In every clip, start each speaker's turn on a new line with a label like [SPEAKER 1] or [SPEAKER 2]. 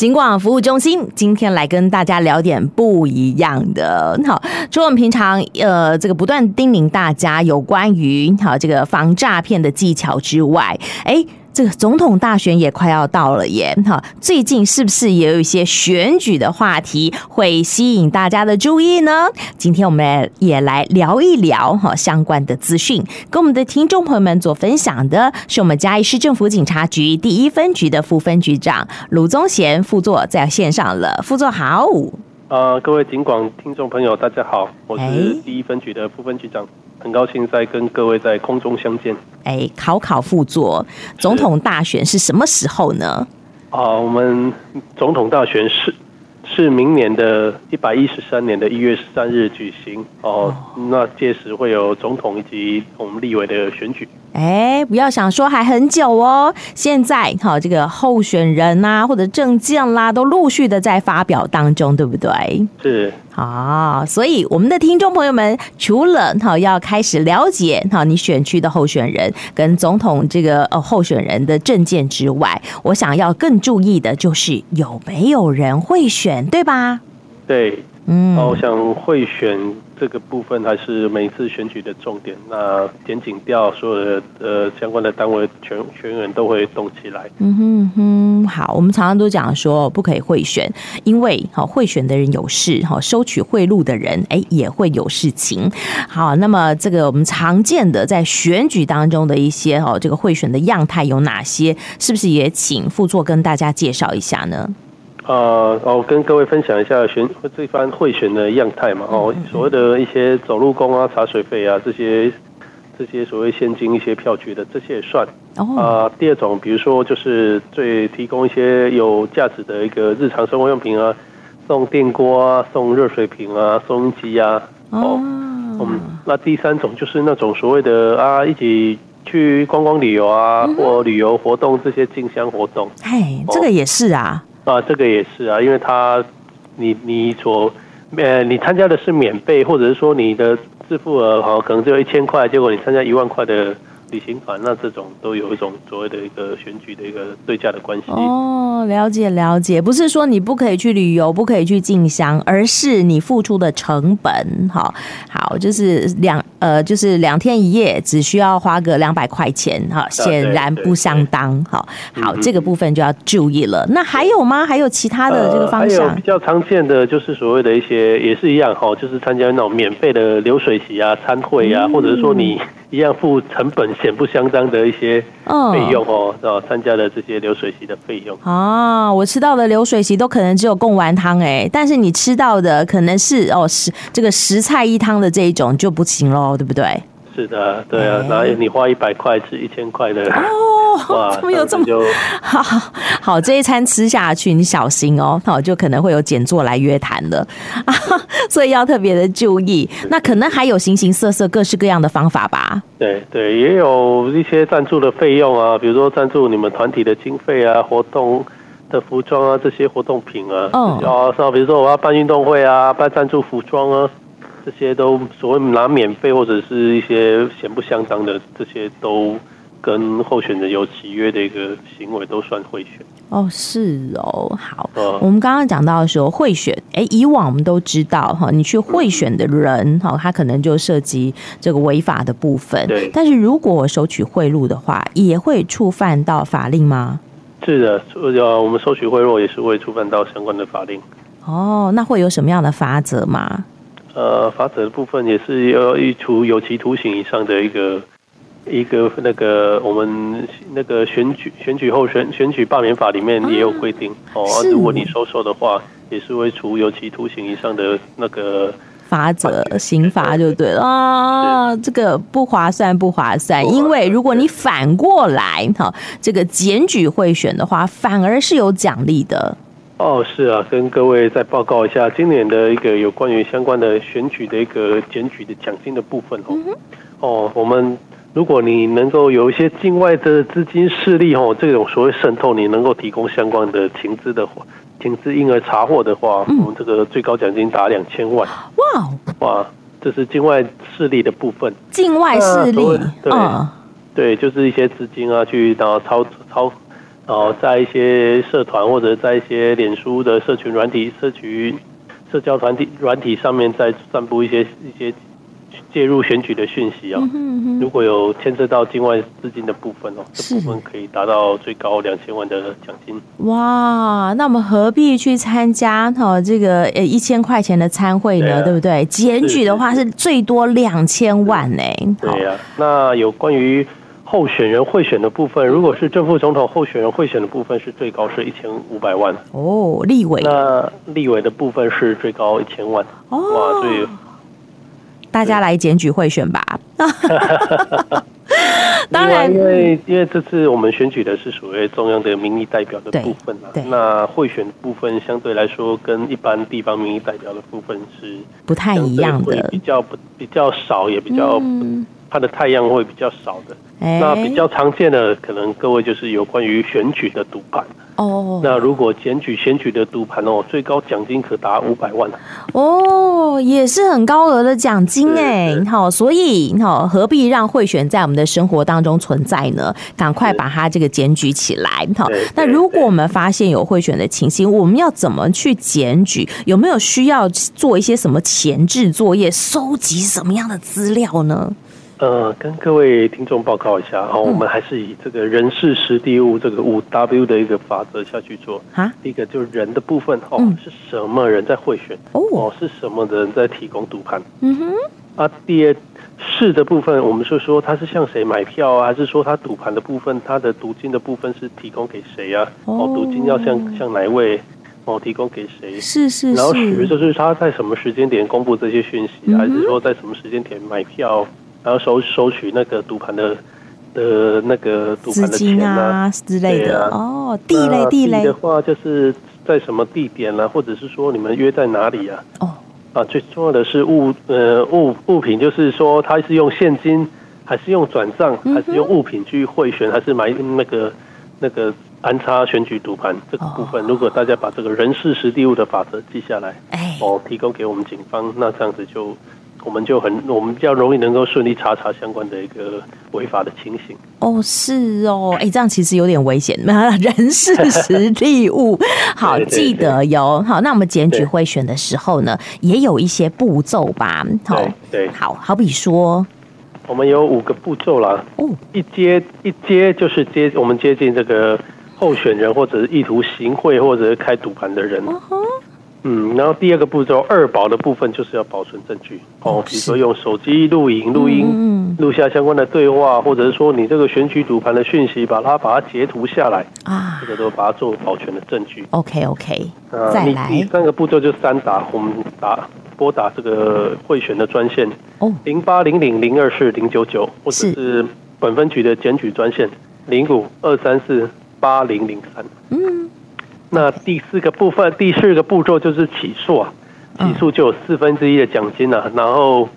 [SPEAKER 1] 警广服务中心，今天来跟大家聊点不一样的。好，除了我们平常呃这个不断叮咛大家有关于好这个防诈骗的技巧之外，哎。这个总统大选也快要到了耶，哈，最近是不是也有一些选举的话题会吸引大家的注意呢？今天我们也来聊一聊哈相关的资讯，跟我们的听众朋友们所分享的是我们嘉义市政府警察局第一分局的副分局长卢宗贤副座在线上了，副座好。
[SPEAKER 2] 呃，各位警广听众朋友，大家好，我是
[SPEAKER 1] 哎
[SPEAKER 2] 第一分局的副分局长，很高兴在跟各位在空中相见。
[SPEAKER 1] 哎，考考副座，总统大选是什么时候呢？
[SPEAKER 2] 啊、我们总统大选是是明年的一百一十三年的一月十三日举行哦，那届时会有总统以及我们立委的选举。
[SPEAKER 1] 哎，不要想说还很久哦，现在好这个候选人呐、或者证件啦，都陆续的在发表当中，对不对？
[SPEAKER 2] 是
[SPEAKER 1] 好，所以我们的听众朋友们，除了好要开始了解好你选区的候选人跟总统这个呃候选人的证件之外，我想要更注意的就是有没有人会选，对吧？
[SPEAKER 2] 对，
[SPEAKER 1] 嗯，
[SPEAKER 2] 哦，我想会选这个部分还是每一次选举的重点。那检警调所有的呃相关的单位全全员都会动起来。
[SPEAKER 1] 嗯哼嗯哼，好，我们常常都讲说不可以贿选，因为好贿选的人有事，好收取贿赂的人哎也会有事情。好，那么这个我们常见的在选举当中的一些哦这个贿选的样态有哪些？是不是也请副座跟大家介绍一下呢？
[SPEAKER 2] 呃，哦，跟各位分享一下选这番贿选的样态嘛，哦，所谓的一些走路工啊、茶水费啊这些，这些所谓现金一些票据的，这些也算。
[SPEAKER 1] 哦，
[SPEAKER 2] 啊、第二种，比如说就是最提供一些有价值的一个日常生活用品啊，送电锅啊、送热水瓶啊、收音机啊，哦，嗯，那第三种就是那种所谓的啊，一起去观光旅游啊，或旅游活动这些竞相活动。
[SPEAKER 1] 嘿，
[SPEAKER 2] 哦
[SPEAKER 1] 这个也是啊，
[SPEAKER 2] 啊，这个也是啊，因为他，你你所，呃，你参加的是免费，或者是说你的自付额好、可能只有一千块，结果你参加一万块的旅行团，那这种都有一种所谓的一个选举的一个对价的关系。
[SPEAKER 1] 哦，了解了解，不是说你不可以去旅游，不可以去进香，而是你付出的成本，好，好，就是两呃，就是两天一夜，只需要花个两百块钱，
[SPEAKER 2] 啊
[SPEAKER 1] 哈，显然
[SPEAKER 2] 对
[SPEAKER 1] 不相当，好，
[SPEAKER 2] 嗯
[SPEAKER 1] 好，这个部分就要注意了。那还有吗？还有其他的这个方
[SPEAKER 2] 呃，还有
[SPEAKER 1] 向
[SPEAKER 2] 比？较常见的就是所谓的一些也是一样哈、就是参加那种免费的流水席啊、餐会啊，
[SPEAKER 1] 嗯
[SPEAKER 2] 或者是说你一样付成本显不相当的一些
[SPEAKER 1] 嗯
[SPEAKER 2] 费用哦，啊，参加的这些流水席的费用。
[SPEAKER 1] 啊，我吃到的流水席都可能只有贡丸汤哎、但是你吃到的可能是哦十这个十菜一汤的这一种就不行喽，对不对？
[SPEAKER 2] 是的，对啊
[SPEAKER 1] 哎，
[SPEAKER 2] 然后你花一百块吃一千块的，
[SPEAKER 1] 哦，
[SPEAKER 2] 哇，
[SPEAKER 1] 怎么有这么
[SPEAKER 2] 样子
[SPEAKER 1] 好 好，这一餐吃下去，你小心哦，好，就可能会有简作来约谈了 啊，所以要特别的注意。那可能还有形形色色、各式各样的方法吧。
[SPEAKER 2] 就对对，也有一些赞助的费用啊，比如说赞助你们团体的经费啊，活动的服装啊，这些活动品啊，
[SPEAKER 1] 嗯
[SPEAKER 2] 哦，像比如说我要办运动会啊，办赞助服装啊，这些都所谓拿免费或者是一些显不相当的，这些都跟候选人有契约的一个行为都算贿选。
[SPEAKER 1] 哦，是哦，好，
[SPEAKER 2] 嗯
[SPEAKER 1] 我们刚刚讲到说贿选，哎，以往我们都知道哈，你去贿选的人哈，他可能就涉及这个违法的部分。
[SPEAKER 2] 对
[SPEAKER 1] 但是如果我收取贿赂的话，也会触犯到法令吗？
[SPEAKER 2] 是的，呃，我们收取贿赂也是会触犯到相关的法令。
[SPEAKER 1] 哦，那会有什么样的法则吗？
[SPEAKER 2] 呃，法则的部分也是要一除有期徒刑以上的一个一个那个我们那个选举选举候选选举罢免法里面也有规定、哦、啊
[SPEAKER 1] 是
[SPEAKER 2] 如果你收受的话，也是会处有期徒刑以上的那个
[SPEAKER 1] 法则、刑罚就对了啊，这个不划算，不划算。
[SPEAKER 2] 不划算
[SPEAKER 1] 因为如果你反过来哈，这个检举贿选的话，反而是有奖励的。
[SPEAKER 2] 哦，是啊，跟各位再报告一下今年的一个有关于相关的选举的一个检举的奖金的部分哦。哦，我们如果你能够有一些境外的资金势力哦，这种所谓渗透，你能够提供相关的情资的话，情资因而查获的话，我们这个最高奖金达两千万
[SPEAKER 1] 哇哦，
[SPEAKER 2] 哇！这是境外势力的部分，
[SPEAKER 1] 境外势力
[SPEAKER 2] 呃，对对
[SPEAKER 1] 嗯，
[SPEAKER 2] 对，就是一些资金啊，去然后操操哦，在一些社团或者在一些脸书的社群软体、社群社交团体软体上面，在散布一些一些介入选举的讯息啊、
[SPEAKER 1] 嗯哼嗯
[SPEAKER 2] 如
[SPEAKER 1] 哼
[SPEAKER 2] 果有牵涉到境外资金的部分哦，
[SPEAKER 1] 是
[SPEAKER 2] 这部分可以达到最高两千万的奖金。
[SPEAKER 1] 哇，那我们何必去参加哈这个呃一千块钱的参会呢？
[SPEAKER 2] 对啊
[SPEAKER 1] 对不对？检举的话是最多两千万呢、好
[SPEAKER 2] 对呀、那有关于候选人贿选的部分，如果是正副总统候选人贿选的部分，是最高是一千五百万，
[SPEAKER 1] 哦，立委
[SPEAKER 2] 那立委的部分是最高一千万。哇，
[SPEAKER 1] 哦，
[SPEAKER 2] 对，
[SPEAKER 1] 大家来检举贿选 吧。当然
[SPEAKER 2] 另外因为因为这次我们选举的是所谓中央的民意代表的
[SPEAKER 1] 对
[SPEAKER 2] 部分啊
[SPEAKER 1] 对，
[SPEAKER 2] 那贿选部分相对来说跟一般地方民意代表的部分是
[SPEAKER 1] 不太一样
[SPEAKER 2] 相对会
[SPEAKER 1] 的
[SPEAKER 2] 比，较不比较少，也比较、
[SPEAKER 1] 嗯
[SPEAKER 2] 它的太阳会比较少的。
[SPEAKER 1] 哎
[SPEAKER 2] 那比较常见的，可能各位就是有关于选举的赌盘。
[SPEAKER 1] 哦
[SPEAKER 2] 那如果检举选举的赌盘哦，最高奖金可
[SPEAKER 1] 嗯
[SPEAKER 2] 达五百万啊。
[SPEAKER 1] 哦，也是很高额的奖金哎
[SPEAKER 2] 是，是
[SPEAKER 1] 好，所以好何必让贿选在我们的生活当中存在呢？赶快
[SPEAKER 2] 是
[SPEAKER 1] 把它这个检举起来好
[SPEAKER 2] 对对，
[SPEAKER 1] 那如果我们发现有贿选的情形，我们要怎么去检举？有没有需要做一些什么前置作业，收集什么样的资料呢？
[SPEAKER 2] 呃，跟各位听众报告一下
[SPEAKER 1] 嗯
[SPEAKER 2] 哦，我们还是以这个人事实地物这个五 W 的一个法则下去做。
[SPEAKER 1] 啊，
[SPEAKER 2] 第一个就是人的部分哦，
[SPEAKER 1] 嗯
[SPEAKER 2] 是什么人在贿选？
[SPEAKER 1] 哦，
[SPEAKER 2] 哦，是什么人在提供赌盘？
[SPEAKER 1] 嗯哼，
[SPEAKER 2] 啊，第二事的部分，我们是说他是向谁买票啊，还是说他赌盘的部分，他的赌金的部分是提供给谁啊？
[SPEAKER 1] 哦
[SPEAKER 2] 哦，赌金要向向哪一位？哦，提供给谁？
[SPEAKER 1] 是是
[SPEAKER 2] 然后十
[SPEAKER 1] 是，
[SPEAKER 2] 就是他在什么时间点公布这些讯息，
[SPEAKER 1] 嗯哼
[SPEAKER 2] 啊还是说在什么时间点买票，然后收收取那个赌盘的的那个赌
[SPEAKER 1] 资
[SPEAKER 2] 盘的钱
[SPEAKER 1] 金啊之类
[SPEAKER 2] 对
[SPEAKER 1] 的
[SPEAKER 2] 啊
[SPEAKER 1] 哦，地雷
[SPEAKER 2] 那
[SPEAKER 1] 地雷
[SPEAKER 2] 的话，就是在什么地点啊，或者是说你们约在哪里啊？
[SPEAKER 1] 哦，
[SPEAKER 2] 啊，最重要的是物呃物物品，就是说它是用现金，还是用转账，
[SPEAKER 1] 嗯哼
[SPEAKER 2] 还是用物品去贿选，还是买那个那个安插选举赌盘这个部
[SPEAKER 1] 哦
[SPEAKER 2] 分。如果大家把这个人事实地物的法则记下来，
[SPEAKER 1] 哎，
[SPEAKER 2] 哦，提供给我们警方，那这样子就我们就很我们比较容易能够顺利查查相关的一个违法的情形。
[SPEAKER 1] 哦，是哦，哎，这样其实有点危险， 人事实地 物。好，
[SPEAKER 2] 对对
[SPEAKER 1] 记得哟。好，那我们检举
[SPEAKER 2] 对
[SPEAKER 1] 会选的时候呢，也有一些步骤吧。好，
[SPEAKER 2] 对对
[SPEAKER 1] 好好比说，
[SPEAKER 2] 我们有五个步骤啦，
[SPEAKER 1] 哦，
[SPEAKER 2] 一接一接就是接我们接近这个候选人或者是意图行贿或者是开赌盘的人。
[SPEAKER 1] 哦吼，
[SPEAKER 2] 嗯，然后第二个步骤二保的部分就是要保存证据
[SPEAKER 1] 哦
[SPEAKER 2] 哦，比如
[SPEAKER 1] 是
[SPEAKER 2] 说用手机录影、录音、
[SPEAKER 1] 嗯嗯
[SPEAKER 2] 录下相关的对话，或者是说你这个选举赌盘的讯息，把它把它截图下来，
[SPEAKER 1] 嗯啊
[SPEAKER 2] 这个都把它作为保全的证据。
[SPEAKER 1] ，OK OK，
[SPEAKER 2] 呃
[SPEAKER 1] 再
[SPEAKER 2] 你第
[SPEAKER 1] 来
[SPEAKER 2] 三个步骤就是三打，我们打拨打这个贿选的专线
[SPEAKER 1] 哦，
[SPEAKER 2] 零八零零零二四零九九，或者
[SPEAKER 1] 是
[SPEAKER 2] 是本分局的检举专线零五二三四八零零三。
[SPEAKER 1] 嗯，
[SPEAKER 2] 那第四个部分，第四个步骤就是起诉啊，
[SPEAKER 1] 嗯
[SPEAKER 2] 起诉就有四分之一的奖金了、然后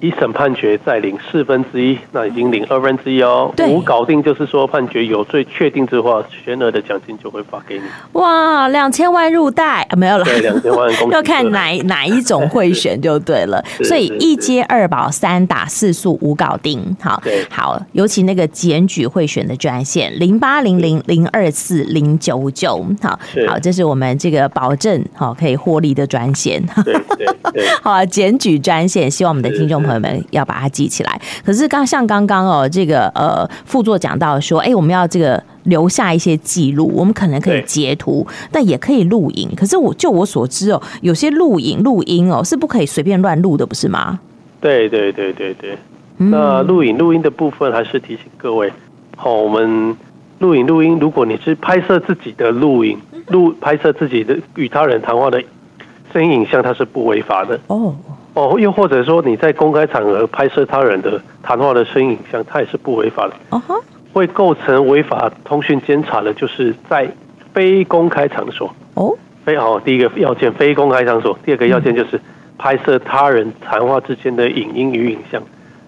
[SPEAKER 2] 一审判决再领四分之一，那已经领二分之一哦。
[SPEAKER 1] 对
[SPEAKER 2] 无搞定就是说判决有罪确定之后，全额的奖金就会发给你。
[SPEAKER 1] 哇，两千万入袋、啊、没有啦，
[SPEAKER 2] 对，两千万 公
[SPEAKER 1] 要看哪哪一种会 选就对了。
[SPEAKER 2] 是
[SPEAKER 1] 所以
[SPEAKER 2] 是
[SPEAKER 1] 一接二保三打四诉五搞定，好
[SPEAKER 2] 对
[SPEAKER 1] 好，尤其那个检举会选的专线零八零零零二四零九九，好
[SPEAKER 2] 是
[SPEAKER 1] 好，这是我们这个保证好可以获利的专线。
[SPEAKER 2] 对对对，
[SPEAKER 1] 好、 啊，检举专线，希望我们的听众
[SPEAKER 2] 是是
[SPEAKER 1] 朋友们要把它记起来。可是刚像刚刚哦，这个呃副座讲到说，哎，我们要这个留下一些记录，我们可能可以
[SPEAKER 2] 对
[SPEAKER 1] 截图，但也可以录影。可是我就我所知哦，有些录影录音哦是不可以随便乱录的，不是吗？
[SPEAKER 2] 对对对对对。
[SPEAKER 1] 嗯
[SPEAKER 2] 那录影录音的部分，还是提醒各位，好、我们录影录音，如果你是拍摄自己的录影，录嗯拍摄自己的与他人谈话的声音影像，它是不违法的
[SPEAKER 1] 哦
[SPEAKER 2] 哦。又或者说你在公开场合拍摄他人的谈话的声音影像，它也是不违法的。
[SPEAKER 1] 哦哈
[SPEAKER 2] 会构成违法通讯监察的，就是在非公开场所。
[SPEAKER 1] 哦
[SPEAKER 2] 非好，第一个要件非公开场所，第二个要
[SPEAKER 1] 嗯
[SPEAKER 2] 件就是拍摄他人谈话之间的影音与影像，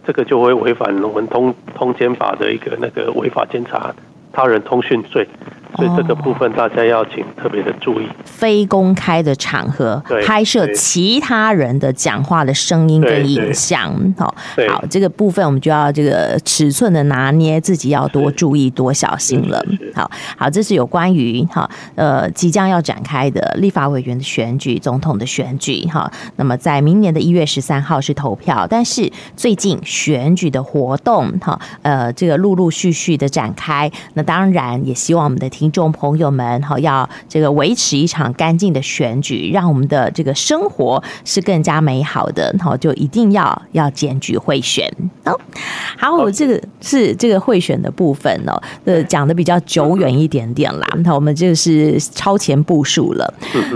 [SPEAKER 2] 这个就会违反我们通通奸法的一个那个违法监察他人通讯罪。所以这
[SPEAKER 1] 哦
[SPEAKER 2] 个部分大家要请特别的注意。
[SPEAKER 1] 非公开的场合
[SPEAKER 2] 对
[SPEAKER 1] 拍摄
[SPEAKER 2] 对
[SPEAKER 1] 其他人的讲话的声音
[SPEAKER 2] 对
[SPEAKER 1] 跟影
[SPEAKER 2] 对
[SPEAKER 1] 像，哦好，
[SPEAKER 2] 对
[SPEAKER 1] 好，这个部分我们就要这个尺寸的拿捏，自己要多
[SPEAKER 2] 是
[SPEAKER 1] 注意、多小心了
[SPEAKER 2] 是是。
[SPEAKER 1] 好好，这是有关于哈呃即将要展开的立法委员的选举、总统的选举哈。那么在明年的一月十三号是投票，但是最近选举的活动哈呃这个陆陆续续的展开，那当然也希望我们的听众朋友们哈要这个维持一场干净的选举，让我们的这个生活是更加美好的。好，就一定要要检举贿选。好，好，我
[SPEAKER 2] 好
[SPEAKER 1] 这个是这个贿选的部分哦，呃，讲的比较久远一点点啦。那我们这个是超前部署了。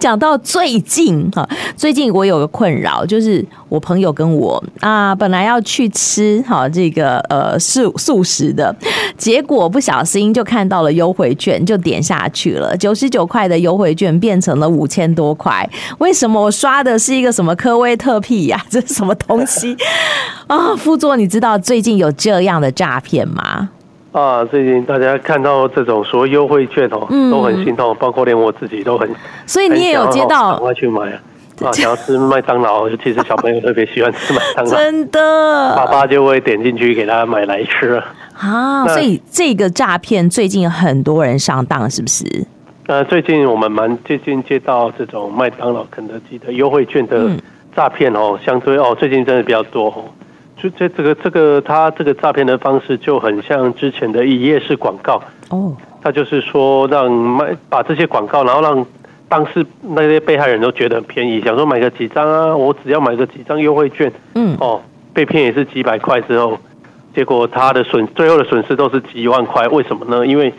[SPEAKER 1] 讲到最近哈，最近我有个困扰，就是我朋友跟我啊，本来要去吃哈这个呃素素食的，结果不小心就看到了优惠券，就点下去了，九十九块的优惠券变成了五千多块，为什么我刷的是一个什么科威特屁呀、 这是什么东西啊？副座，你知道最近有这样的诈骗吗？
[SPEAKER 2] 啊，最近大家看到这种所谓优惠券哦，
[SPEAKER 1] 嗯
[SPEAKER 2] 都很心痛，包括连我自己都很。
[SPEAKER 1] 所以你也有接
[SPEAKER 2] 很想要赶
[SPEAKER 1] 到。
[SPEAKER 2] 快去买啊！啊，想要吃麦当劳，尤其是小朋友特别喜欢吃麦当劳，
[SPEAKER 1] 真的，
[SPEAKER 2] 爸爸就会点进去给他买来吃啊。
[SPEAKER 1] 啊，
[SPEAKER 2] 那
[SPEAKER 1] 所以这个诈骗最近很多人上当，是不是？
[SPEAKER 2] 呃，最近我们蛮最近接到这种麦当劳、肯德基的优惠券的
[SPEAKER 1] 嗯
[SPEAKER 2] 诈骗哦，相对哦，最近真的比较多哦。就这这个这个他这个诈骗的方式就很像之前的一夜式广告，
[SPEAKER 1] 哦，
[SPEAKER 2] 他就是说让卖把这些广告，然后让当事那些被害人都觉得很便宜，想说买个几张啊，我只要买个几张优惠券，
[SPEAKER 1] 嗯，
[SPEAKER 2] 哦，被骗也是几百块之后，结果他的损最后的损失都是几万块，为什么呢？因为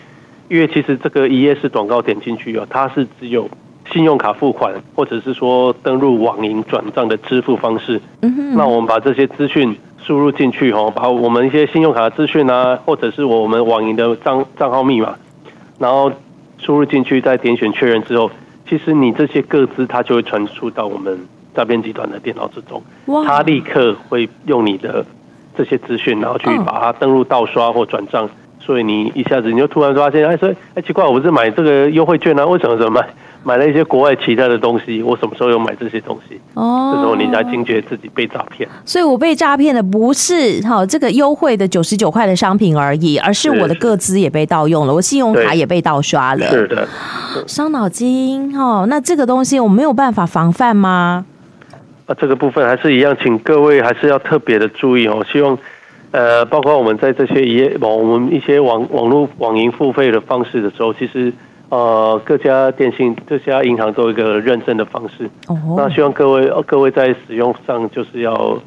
[SPEAKER 2] 因为其实这个一页式广告点进去啊，它是只有信用卡付款或者是说登入网银转账的支付方式，
[SPEAKER 1] 嗯哼，
[SPEAKER 2] 那我们把这些资讯输入进去哦，把我们一些信用卡的资讯啊，或者是我们网银的账账号密码，然后输入进去，再点选确认之后，其实你这些个资它就会传输到我们诈骗集团的电脑之中
[SPEAKER 1] 哇，
[SPEAKER 2] 它立刻会用你的这些资讯，然后去
[SPEAKER 1] 嗯
[SPEAKER 2] 把它登录盗刷或转账。所以你一下子你就突然发现，哎，所以哎奇怪，我不是买这个优惠券啊，为什么怎么买 买了一些国外其他的东西？我什么时候有买这些东西？
[SPEAKER 1] 哦，
[SPEAKER 2] 这时候你才惊觉自己被诈骗。
[SPEAKER 1] 所以我被诈骗的不是哈、这个优惠的九十九块的商品而已，而是
[SPEAKER 2] 是
[SPEAKER 1] 我的个资也被盗用了，我信用卡
[SPEAKER 2] 对
[SPEAKER 1] 也被盗刷了，
[SPEAKER 2] 的，
[SPEAKER 1] 伤脑筋哦。那这个东西我没有办法防范吗？
[SPEAKER 2] 啊，这个部分还是一样，请各位还是要特别的注意哦。希望，呃，包括我们在这些也网我们一些网网络网银付费的方式的时候，其实呃各家电信各家银行都有一个认证的方式。那
[SPEAKER 1] 哦，
[SPEAKER 2] 希望各位呃各位在使用上就是要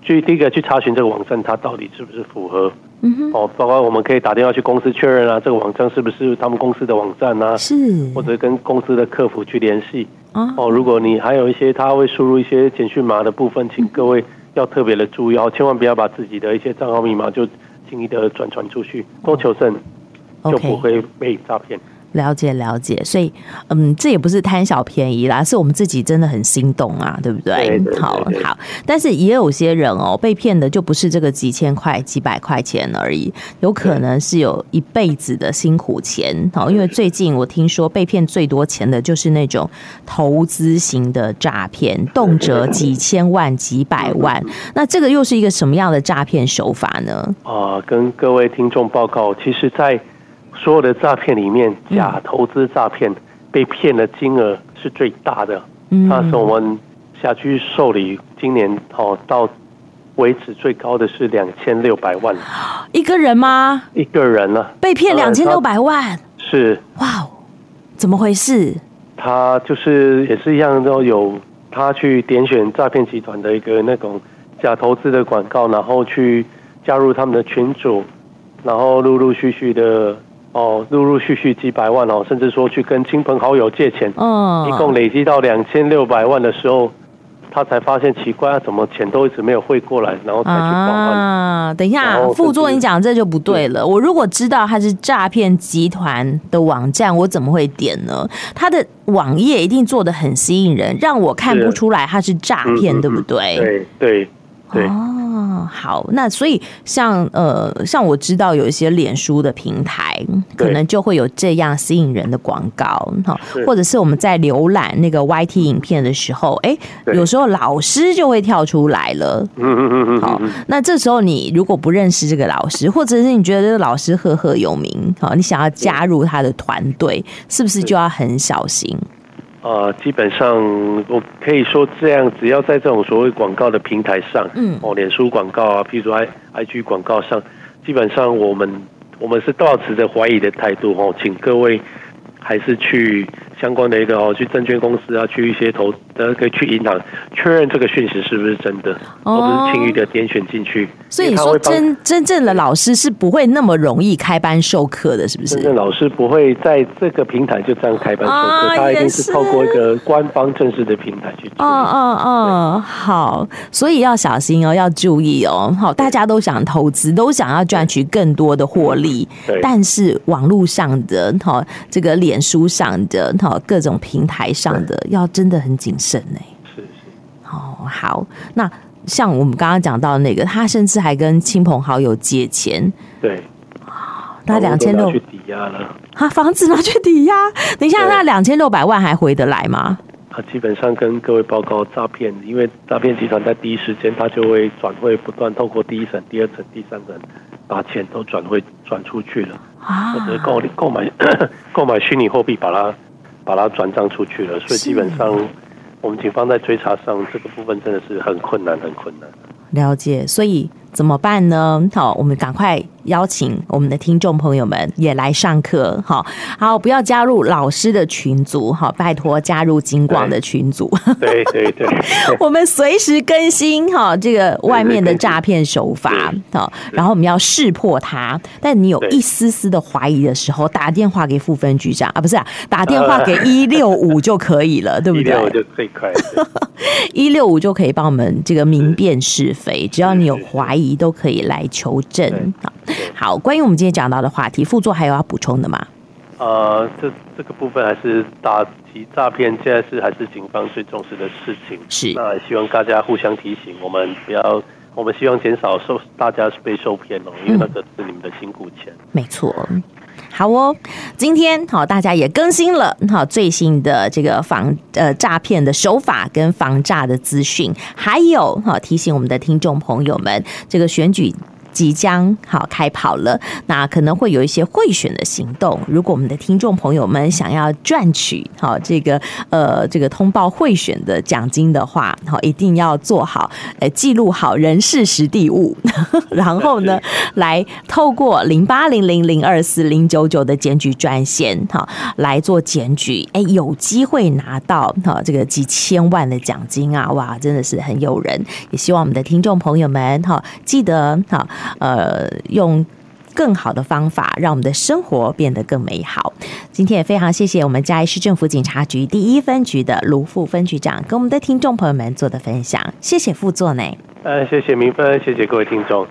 [SPEAKER 2] 去第一个去查询这个网站它到底是不是符合
[SPEAKER 1] 嗯哼，
[SPEAKER 2] 哦，包括我们可以打电话去公司确认啊，这个网站是不是他们公司的网站啊，
[SPEAKER 1] 是
[SPEAKER 2] 或者跟公司的客服去联系。
[SPEAKER 1] 啊，
[SPEAKER 2] 哦，如果你还有一些他会输入一些简讯码的部分，请各位要特别的注意哦，千万不要把自己的一些账号密码就轻易的转传出去，多求证就
[SPEAKER 1] OK
[SPEAKER 2] 不会被诈骗。
[SPEAKER 1] 了解了解，所以嗯，这也不是贪小便宜啦，是我们自己真的很心动啊，对不对？
[SPEAKER 2] 对对对
[SPEAKER 1] 好
[SPEAKER 2] 对
[SPEAKER 1] 好，但是也有些人哦，被骗的就不是这个几千块、几百块钱而已，有可能是有一辈子的辛苦钱。哦好，因为最近我听说被骗最多钱的就是那种投资型的诈骗，动辄几千万、几百万。
[SPEAKER 2] 嗯
[SPEAKER 1] 那这个又是一个什么样的诈骗手法呢？
[SPEAKER 2] 啊、跟各位听众报告，其实，在所有的诈骗里面，假投资诈骗被骗的金额是最大的，
[SPEAKER 1] 嗯
[SPEAKER 2] 它是我们辖区受理今年哦到为止最高的是两千六百万
[SPEAKER 1] 一个人吗？
[SPEAKER 2] 一个人了、
[SPEAKER 1] 被骗
[SPEAKER 2] 当
[SPEAKER 1] 两
[SPEAKER 2] 然
[SPEAKER 1] 千
[SPEAKER 2] 呃他
[SPEAKER 1] 六百万？
[SPEAKER 2] 是
[SPEAKER 1] 哇哦，怎么回事？
[SPEAKER 2] 他就是也是一样，都有他去点选诈骗集团的一个那种假投资的广告，然后去加入他们的群组，然后陆陆续续的哦，陆陆续续几百万哦，甚至说去跟亲朋好友借钱，
[SPEAKER 1] 嗯，
[SPEAKER 2] 一共累积到两千六百万的时候，他才发现奇怪，啊怎么钱都一直没有汇过来，然后才去报案。
[SPEAKER 1] 啊，等一
[SPEAKER 2] 然
[SPEAKER 1] 下，
[SPEAKER 2] 后
[SPEAKER 1] 副座，
[SPEAKER 2] 甚至
[SPEAKER 1] 你讲这就不对了。我如果知道它是诈骗集团的网站，我怎么会点呢？它的网页一定做的很吸引人，让我看
[SPEAKER 2] 是
[SPEAKER 1] 不出来它是诈骗，
[SPEAKER 2] 嗯嗯
[SPEAKER 1] 对不对？
[SPEAKER 2] 对对对，
[SPEAKER 1] 哎哦，好，那所以像呃，像我知道有一些脸书的平台，
[SPEAKER 2] 对
[SPEAKER 1] 可能就会有这样吸引人的广告，哈
[SPEAKER 2] 是，嗯
[SPEAKER 1] 或者是我们在浏览那个 YT 影片的时候，哎，
[SPEAKER 2] 对
[SPEAKER 1] 有时候老师就会跳出来了。
[SPEAKER 2] 嗯嗯嗯嗯
[SPEAKER 1] 好
[SPEAKER 2] 嗯，
[SPEAKER 1] 那这时候你如果不认识这个老师，或者是你觉得这个老师赫赫有名，好，你想要加入他的团队，是不是就要很小心？
[SPEAKER 2] 呃，基本上我可以说这样，只要在这种所谓广告的平台上，
[SPEAKER 1] 嗯
[SPEAKER 2] 哦，脸书广告啊，譬如说 i i g 广告上，基本上我们我们是抱持着怀疑的态度哦，请各位还是去相关的一个哦，去证券公司啊，去一些投呃，可以去银行确认这个讯息是不是真的，
[SPEAKER 1] 哦
[SPEAKER 2] 而不是轻易的点选进去。
[SPEAKER 1] 所以
[SPEAKER 2] 因
[SPEAKER 1] 你
[SPEAKER 2] 为它
[SPEAKER 1] 说
[SPEAKER 2] 会帮
[SPEAKER 1] 真真正的老师是不会那么容易开班授课的，是不
[SPEAKER 2] 真正
[SPEAKER 1] 是？
[SPEAKER 2] 老师不会在这个平台就这样开班授课，
[SPEAKER 1] 啊
[SPEAKER 2] 他一定
[SPEAKER 1] 也是
[SPEAKER 2] 是透过一个官方正式的平台去做。
[SPEAKER 1] 哦哦哦，好，所以要小心哦，要注意哦。好，大家都想投资，都想要赚取更多的获利
[SPEAKER 2] 对，
[SPEAKER 1] 但是网络上的哈，这个脸书上的哈，各种平台上的，要真的很谨慎呢。
[SPEAKER 2] 是是。
[SPEAKER 1] 哦，好，那像我们刚刚讲到那个，他甚至还跟亲朋好友借钱，
[SPEAKER 2] 对，
[SPEAKER 1] 他两千六
[SPEAKER 2] 都拿去抵押了，
[SPEAKER 1] 啊，房子拿去抵押，等一下，
[SPEAKER 2] 对
[SPEAKER 1] 那两千六百万还回得来吗？
[SPEAKER 2] 他基本上跟各位报告诈骗，因为诈骗集团在第一时间他就会转会，不断透过第一层、第二层、第三层，把钱都转会转出去了，
[SPEAKER 1] 啊
[SPEAKER 2] 或者购购买购买虚拟货币，把它把它转账出去了，所
[SPEAKER 1] 是
[SPEAKER 2] 以基本上。我们警方在追查上，这个部分真的是很困难，很困难。
[SPEAKER 1] 了解，所以怎么办呢？好，我们赶快邀请我们的听众朋友们也来上课。好，好，不要加入老师的群组，好，拜托加入金广的群组，
[SPEAKER 2] 对对 对，
[SPEAKER 1] 我们随时更新哈这个外面的诈骗手法
[SPEAKER 2] 对，
[SPEAKER 1] 好，然后我们要识破它。但你有
[SPEAKER 2] 对
[SPEAKER 1] 一丝丝的怀疑的时候，打电话给副分局长啊，不是啊、打电话给一六五就可以了，对不
[SPEAKER 2] 呃一
[SPEAKER 1] 对
[SPEAKER 2] 定？我就最快。对
[SPEAKER 1] 一六五就可以帮我们这个明辨是非，只要你有
[SPEAKER 2] 是是
[SPEAKER 1] 怀疑都可以来求证
[SPEAKER 2] 对。
[SPEAKER 1] 好
[SPEAKER 2] 对
[SPEAKER 1] 好，关于我们今天讲到的话题，副座还有要补充的吗？
[SPEAKER 2] 呃，这这个部分还是打击诈骗，现在是还是警方最重视的事情。
[SPEAKER 1] 是
[SPEAKER 2] 那也希望大家互相提醒，我们不要，我们希望减少受大家被受骗哦，因为那个是你们的辛苦钱。
[SPEAKER 1] 没错。好哦，今天好，大家也更新了好最新的这个防呃诈骗的手法跟防诈的资讯，还有好提醒我们的听众朋友们，这个选举即将好开跑了，那可能会有一些贿选的行动。如果我们的听众朋友们想要赚取好这个呃这个通报贿选的奖金的话，好一定要做好呃记录好人事实地物，然后呢来透过零八零零零二四零九九的检举专线哈来做检举，哎，有机会拿到哈这个几千万的奖金啊！哇，真的是很诱人。也希望我们的听众朋友们哈记得哈呃用。更好的方法，让我们的生活变得更美好。今天也非常谢谢我们嘉义市政府警察局第一分局的卢副分局长跟我们的听众朋友们做的分享，谢谢副座呢。
[SPEAKER 2] 呃，谢谢明芬，谢谢各位听众。